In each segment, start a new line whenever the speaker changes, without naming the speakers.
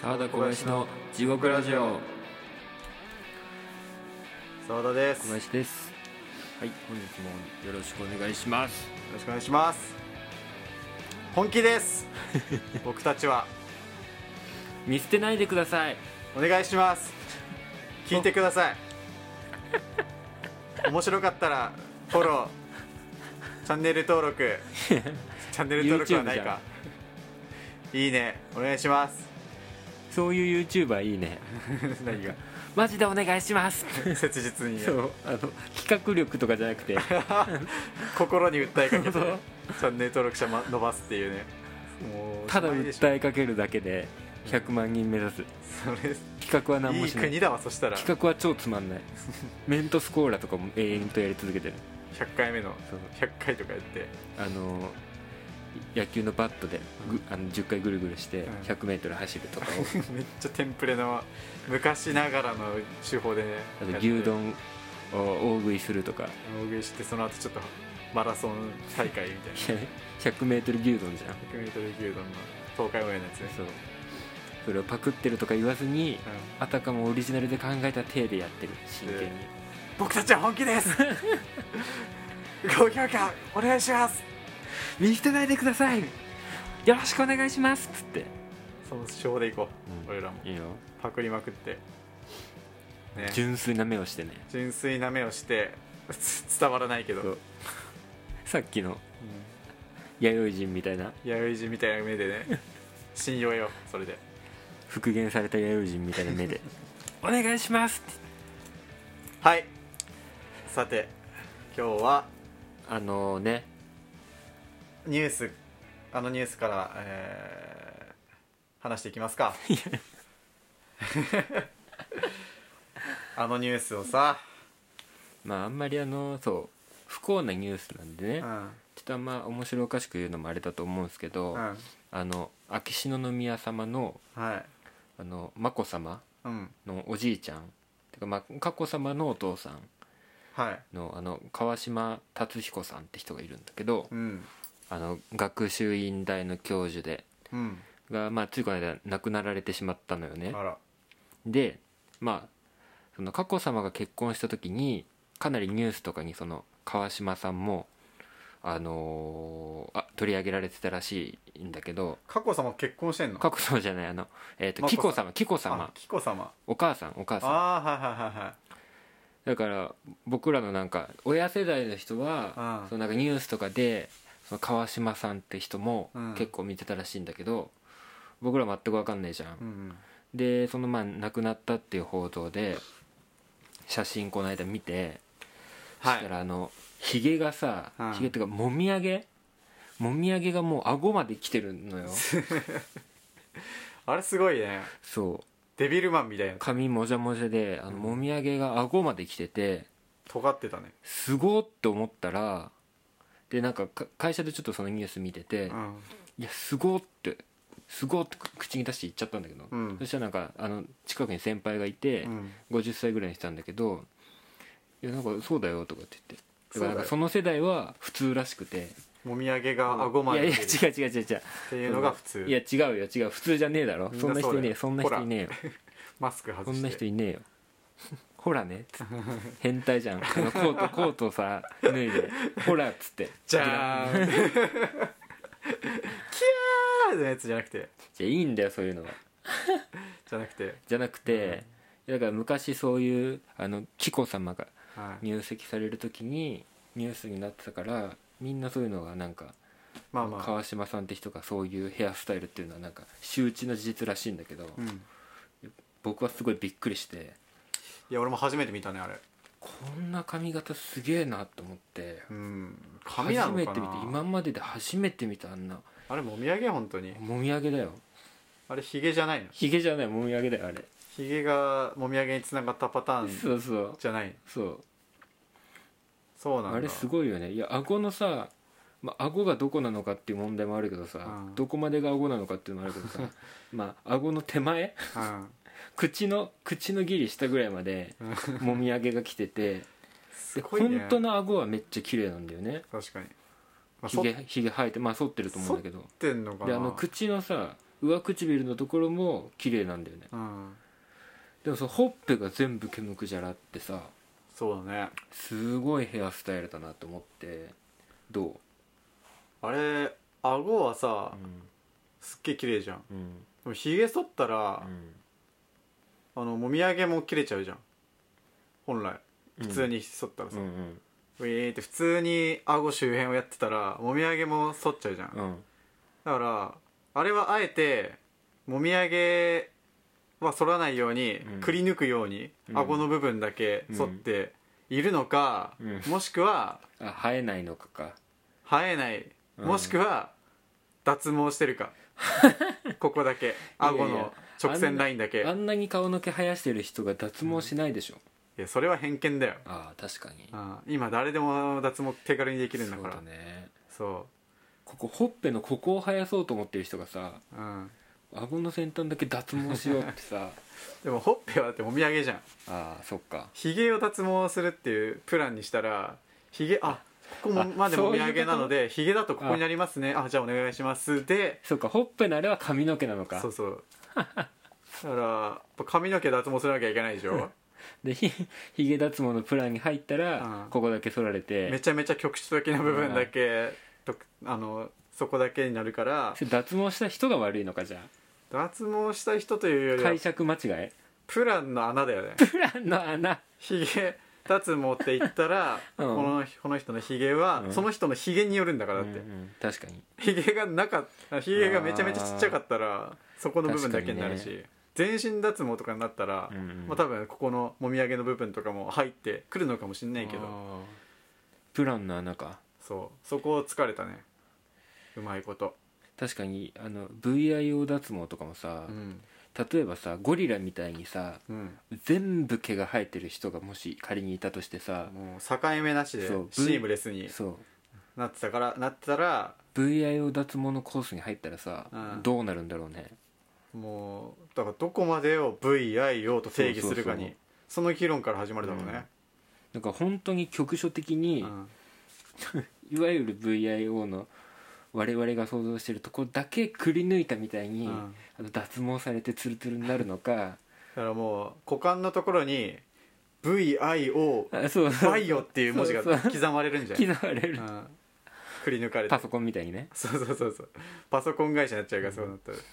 澤田小林の地獄ラジオ
澤田で
小
すよ
林ですはい本日もよろしくお願いします
ろしくお願いします本気です 僕たちは
見捨てないでください
お願いします聞いてください面白かったらフォローチャンネル登録チャンネル登録はないかいいねお願いします
そういう YouTuber いいね
何が
マジでお願いします
切実にね
そうあの企画力とかじゃなくて
心に訴えかけてチ
そうそう
ャンネル登録者ま伸ばすっていうねもう
ただ
おしまいでしょ
訴えかけるだけで100万人目指す
それ
企画は何も
いい
しない
国だわそしたら100
企画は超つまん ないメントスコーラとかも永遠とやり続けてる
回目の
そう
100回とかやって
あの野球のバットでぐ、あの10回ぐるぐるして
うん
100m 走るとかを、
めっちゃテンプレの昔ながらの手法でね
あと牛
やって
丼を大食いするとか
大食いしてその後ちょっとマラソン大会みたいな
100m 牛丼じゃん
100m 牛丼の東海オンエアのやつね
そうそれをパクってるとか言わずに
うん
あたかもオリジナルで考えた体でやってる真剣に、
僕たちは本気です高評価お願いします
見捨てないでくださいよろしくお願いしますっつって
その手法でいこう、
うん
俺らも
いいよ
パクりまくってね
純粋な目をしてね
純粋な目をしてつ伝わらないけど、
そううんさっきの弥生人みたいな
弥生人みたいな目でね信用よそれで
復元された弥生人みたいな目で「 お願いします」って
はいさて今日は
あのね
ニュースあのニュースから、えー話していきますか あのニュースをさ、
まああんまりあのそう不幸なニュースなんでね、
うんうん
ちょっとあんま面白おかしく言うのもあれだと思うんですけど、
はい
あの秋篠宮様のあの眞子さま
うん
のおじいちゃんてか、まあ、佳子さまのお父さん
はい
のあの川島達彦さんって人がいるんだけど
うん
あの学習院大の教授で
うん
が、まあ、ついこの間亡くなられてしまったのよね
あ。ら
でまあその佳子さまが結婚した時にかなりニュースとかにその川島さんも、あのーあ取り上げられてたらしいんだけど
佳子様結婚してんの
佳子さまじゃないあの、えー、と
眞
紀
子
子
さ
様紀子
あ
様
紀子様
お母さんお母さん
ああーはいはいはいはい
だから僕らのなんか親世代の人は、
うん
そのなんかニュースとかでその川島さんって人も
うん
結構見てたらしいんだけど、僕ら全く分かんないじゃん
う、ん
でそのまあ亡くなったっていう報道で写真この間見て、
はい
そしたらあのひげがさ
うん
ひげっていうかもみあげもみあげがもう顎まで来てるのよ
あれすごいね
そ
デビルマンみたいな
う髪もじゃもじゃであのもみあげが顎まで来てて
尖ってたね
すごーって思ったらでなんかか会社でちょっとそのニュース見てて、
うん
いやすごーってすごーって口に出して言っちゃったんだけど、
うん
そしたらなんかあの近くに先輩がいて、
うん
50歳ぐらいにしたんだけど「いやなんかそうだよ」とかって言ってだからなんか
そ
その世代は普通らしくて
もみあげが顎まで
い
出
やい
て
や
る
違う違う違う違う
っていうのが普通
いや違うよ違う普通じゃねえだろ
みんな
そんな人いねえそ
そ
ん
う
な
だよ
人いねえよ
マスク
そ
外して
んな人いねえよほら ねっつって変態じゃんあのコートコートさ脱いでほらっつって
じゃーん キャーのやつじゃなくて
じゃいいんだよそういうのは
じゃなくて、
じゃなくて、だから昔そういうあの紀子様が
はい、
入籍される時にニュースになってたからみんなそういうのがなんか
まあまあ、
川島さんって人がそういうヘアスタイルっていうのはなんか周知の事実らしいんだけど、
うん、
僕はすごいびっくりして
いや俺も初めて見たねあれ
こんな髪型すげえなと思って
うん髪なのかな
初めて見て今までで初めて見たあんな
あれもみあげ本当に
もみあげだよ
あれヒゲじゃないの
ひげじゃないもみあげだよあれ、
ヒゲがもみあげにつながったパターン
そうそう
じゃない
そう
そうなんだ
あれすごいよねいや顎のさまあ、顎がどこなのかっていう問題もあるけどさ、
うん
どこまでが顎なのかっていうのもあるけどさ まあ顎の手前
うん、
口の口のギリ下ぐらいまでもみあげが来てて
す
で
ごいね
本当の顎はめっちゃ綺麗なんだよね
確かに、まあ、
ひ
剃っ
げひげ生えてまあ剃ってると思うんだけど
てんのか
で
な
あの口のさ上唇のところも綺麗なんだよね
うん
でもそのほっぺが全部ケムクジャラってさ
そうだね
すごいヘアスタイルだなと思ってどう
あれ顎はさ、
ん
すっげえ綺麗じゃん
うん
でもひげ剃ったら、あのもみあげも切れちゃうじゃん本来普通に剃ったらさ、
うんうん
ウィーって普通に顎周辺をやってたらもみあげも剃っちゃうじゃん、
う
だ
ん
からあれはあえてもみあげは剃らないように、
ん
くり抜くように
うん
顎の部分だけ剃っているのか、
うん
もしくは
あ生えないのかか
生えな
う
い、
ん
もしくは脱毛して るかここだけ顎の直線ラインだけ
あんなに顔の毛生やしてる人が脱毛しないでしょ、
いやそれは偏見だよ
ああ確かに
ああ今誰でも脱毛手軽にできるんだから
そうだね
そ
ここほっぺのここを生やそうと思ってる人がさ
う,、うん、
顎の先端だけ脱毛しようって さ
でもほっぺはだってお土産じゃん
ああそっか
ひげを脱毛するっていうプランにしたらひげあここも
あ
までもお土産なのでひげだとここ
あ
にありますねあじゃあお願いしますで
そっかほっぺのあれは髪の毛なのか
そうそうだからやっぱ髪の毛脱毛するわけはいけないでしょ
でひひげ脱毛のプランに入ったら
うん
ここだけ剃られ
め
て
ちゃめちゃ局所的な部分だけとあのそこだけにな るから
それ脱毛した人が悪いのかじゃ
脱毛した人というよ
あ
りは
解釈間違 え
プランの穴だよね
プランの穴
ひげ脱毛って言ったら、
うん
このこの人のひげは、
うん
その人のひげによるんだからだ
う
っ
んう
て
ん確かに
ひげ、髭がなかったひげがめちゃめちゃちっちゃかったらそこの部分だけになるし、
確
全身脱毛とかになったら、
うんうん
まあ、多分ここのもみあげの部分とかも入ってくるのかもしんないけど
あープランの穴か
そうそこを疲れたねうまいこと、
確かにあの VIO 脱毛とかもさ、
うん
例えばさゴリラみたいにさ
うん、
全部毛が生えてる人がもし仮にいたとしてさ、
もう境目なしで
そう
シームレスに
そう
なってたからなってたら
VIO 脱毛のコースに入ったらさ、
うん
どうなるんだろうね
もうだからどこまでを VIO と定義するかに
そそ
そう
う
の議論から始まるだろうね、
なんか本当に局所的に、
うん
いわゆる VIO の我々が想像してるとこだけくり抜いたみたいに、
うん
あの脱毛されてツルツルになるの か
だからもう股間のところに VIO
あそう
バイオっていう文字が
そうそう
刻まれ るんじゃない、
嫌われる、
うん、くり抜かれて
パソコンみたいにね
そうそうそうそうパソコン会社になっちゃうからそうなったら、だ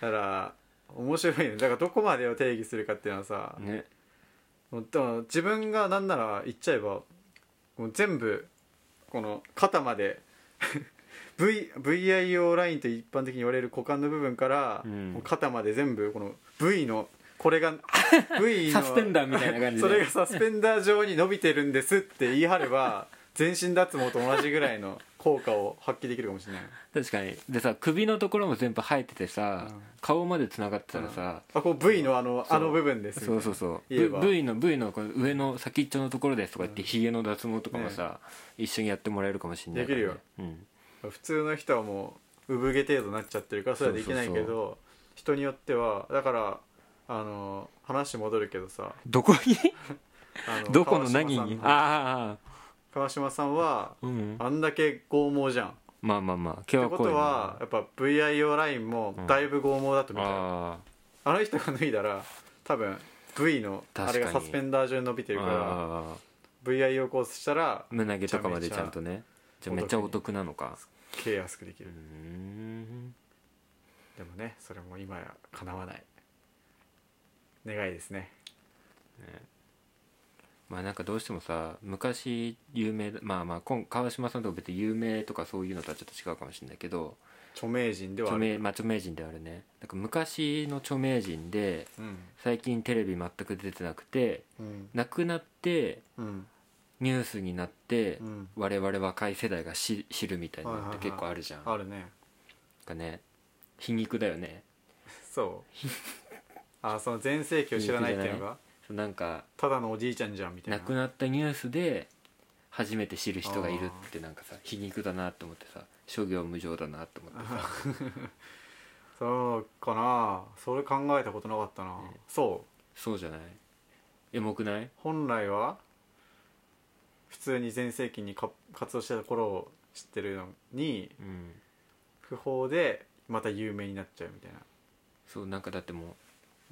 から面白いねだからどこまでを定義するかっていうのはさ、
ね
もうでも自分がなんなら言っちゃえばもう全部この肩まで v VIO ラインと一般的に言われる股間の部分から、
うん
もう肩まで全部この V の これが V の
サスペンダーみたいな感じで
それがサスペンダー状に伸びてるんですって言い張れば全身脱毛と同じぐらいの効果を発揮できるかもしれない
確かにでさ首のところも全部生えててさ、
うん
顔までつながってたらさ、
あこう V のあの
そう
あの部分です
そうそうそう
言え
V,
ば
V の V のこの上の先っちょのところですとか言ってひげ、の脱毛とかもさ、一緒にやってもらえるかもしれないからね、
で
うん、
普通の人はもう産毛程度になっちゃってるからそれはできないけど
そうそう
人によってはだからあの話戻るけどさ
どこに
あ
どこの何
川島
に
さんの
ああ
川島さんは
うん
あんだけ剛毛じゃんっ
まあまあまあ毛
て
は
こ
濃い
と
な
はやっぱ VIO ラインもだいぶ剛毛だとみたい、
あ
あの人が脱いだら多分 V のあれ
確
が
か
サ
に
スペンダー状に伸びて
ー
るから
あ
VIO コースしたら
ー胸毛とかまでちゃんとねじゃあめっちゃお得なのか
毛安くでき
う
る
ーん
でもねそれも今やかなわない願いですね
まあなんかどうしてもさ昔有名だまあまあ今川島さんとか別に有名とかそういうのとはちょっと違うかもしれないけど
著名人ではあ
著
る
名、まあ、著名人であるねなんか昔の著名人で
うん
最近テレビ全く出てなくて
うん
亡くなって
うん
ニュースになって、
うん
我々若い世代が知知るみたいなのって結構あるじゃん、
あるね
なんかね皮肉だよね
そう あその全盛期を知らないっていうのが
そうなんか
ただのおじいちゃんじゃんみたいな
亡くなったニュースで初めて知る人がいるってなんかさ皮肉だなと思ってさ諸行無常だなと思ってさ
そうかなそれ考えたことなかったな、そう
そうじゃないエモくない
本来は普通に全盛期にか活動してた頃を知ってるのに
うん
不法でまた有名になっちゃうみたい
そうなんかだっても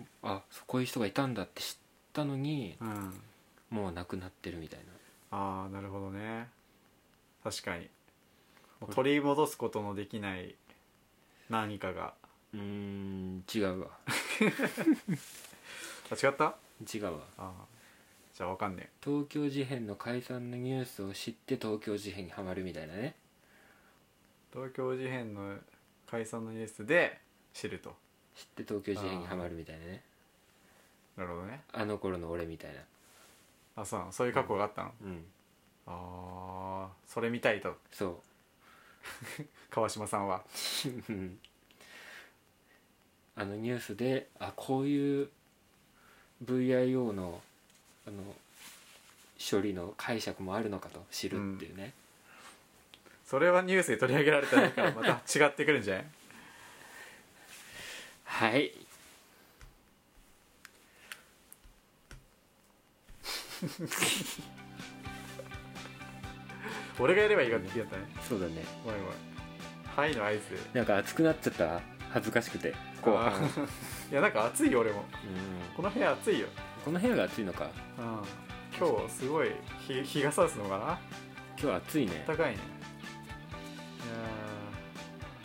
うあそうこういう人がいたんだって知ったのに
なうん
もう亡くなってるみたいな
ああなるほどね確かにもう取り戻すことのできない何かが
うーん違うわ
あ違った
違うわ
あーじゃあわかんね
東京事変の解散のニュースを知って東京事変にはまるみたいなね
え東京事変の解散のニュースで知ると
知って東京事変にはまるみたいなね
なるほどね
あの頃の俺みたいな
あそうなのそういう過去があったの、
うん
ああそれ見たいと
そ
川島さんは
ううんあのニュースであこういう VIO のあの処理の解釈もあるのかと知るっていうね、
それはニュースで取り上げられたらまた違ってくるんじゃない
はい
俺がやればいいかってやったね
そうだね
ごめんごめんはいの合図で
なんか熱くなっちゃったわ恥ずかしくて後
あ
半うん
ーいやなんか暑いよ俺もこの部屋暑いよ
この部屋が暑いのか
うん今日すごい日日が差すのかな
今日暑いね、は
暖かいねいや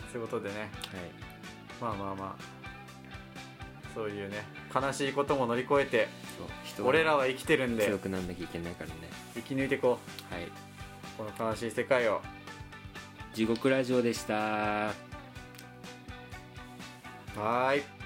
ーそういうことでね
い、
まあまあまあそういうね悲しいことも乗り越えて
そう人は
俺らは生きてるんで
強くなんなきゃいけないからね
生き抜いてこ
はいう
この悲しい世界を
地獄ラジオでした
はーい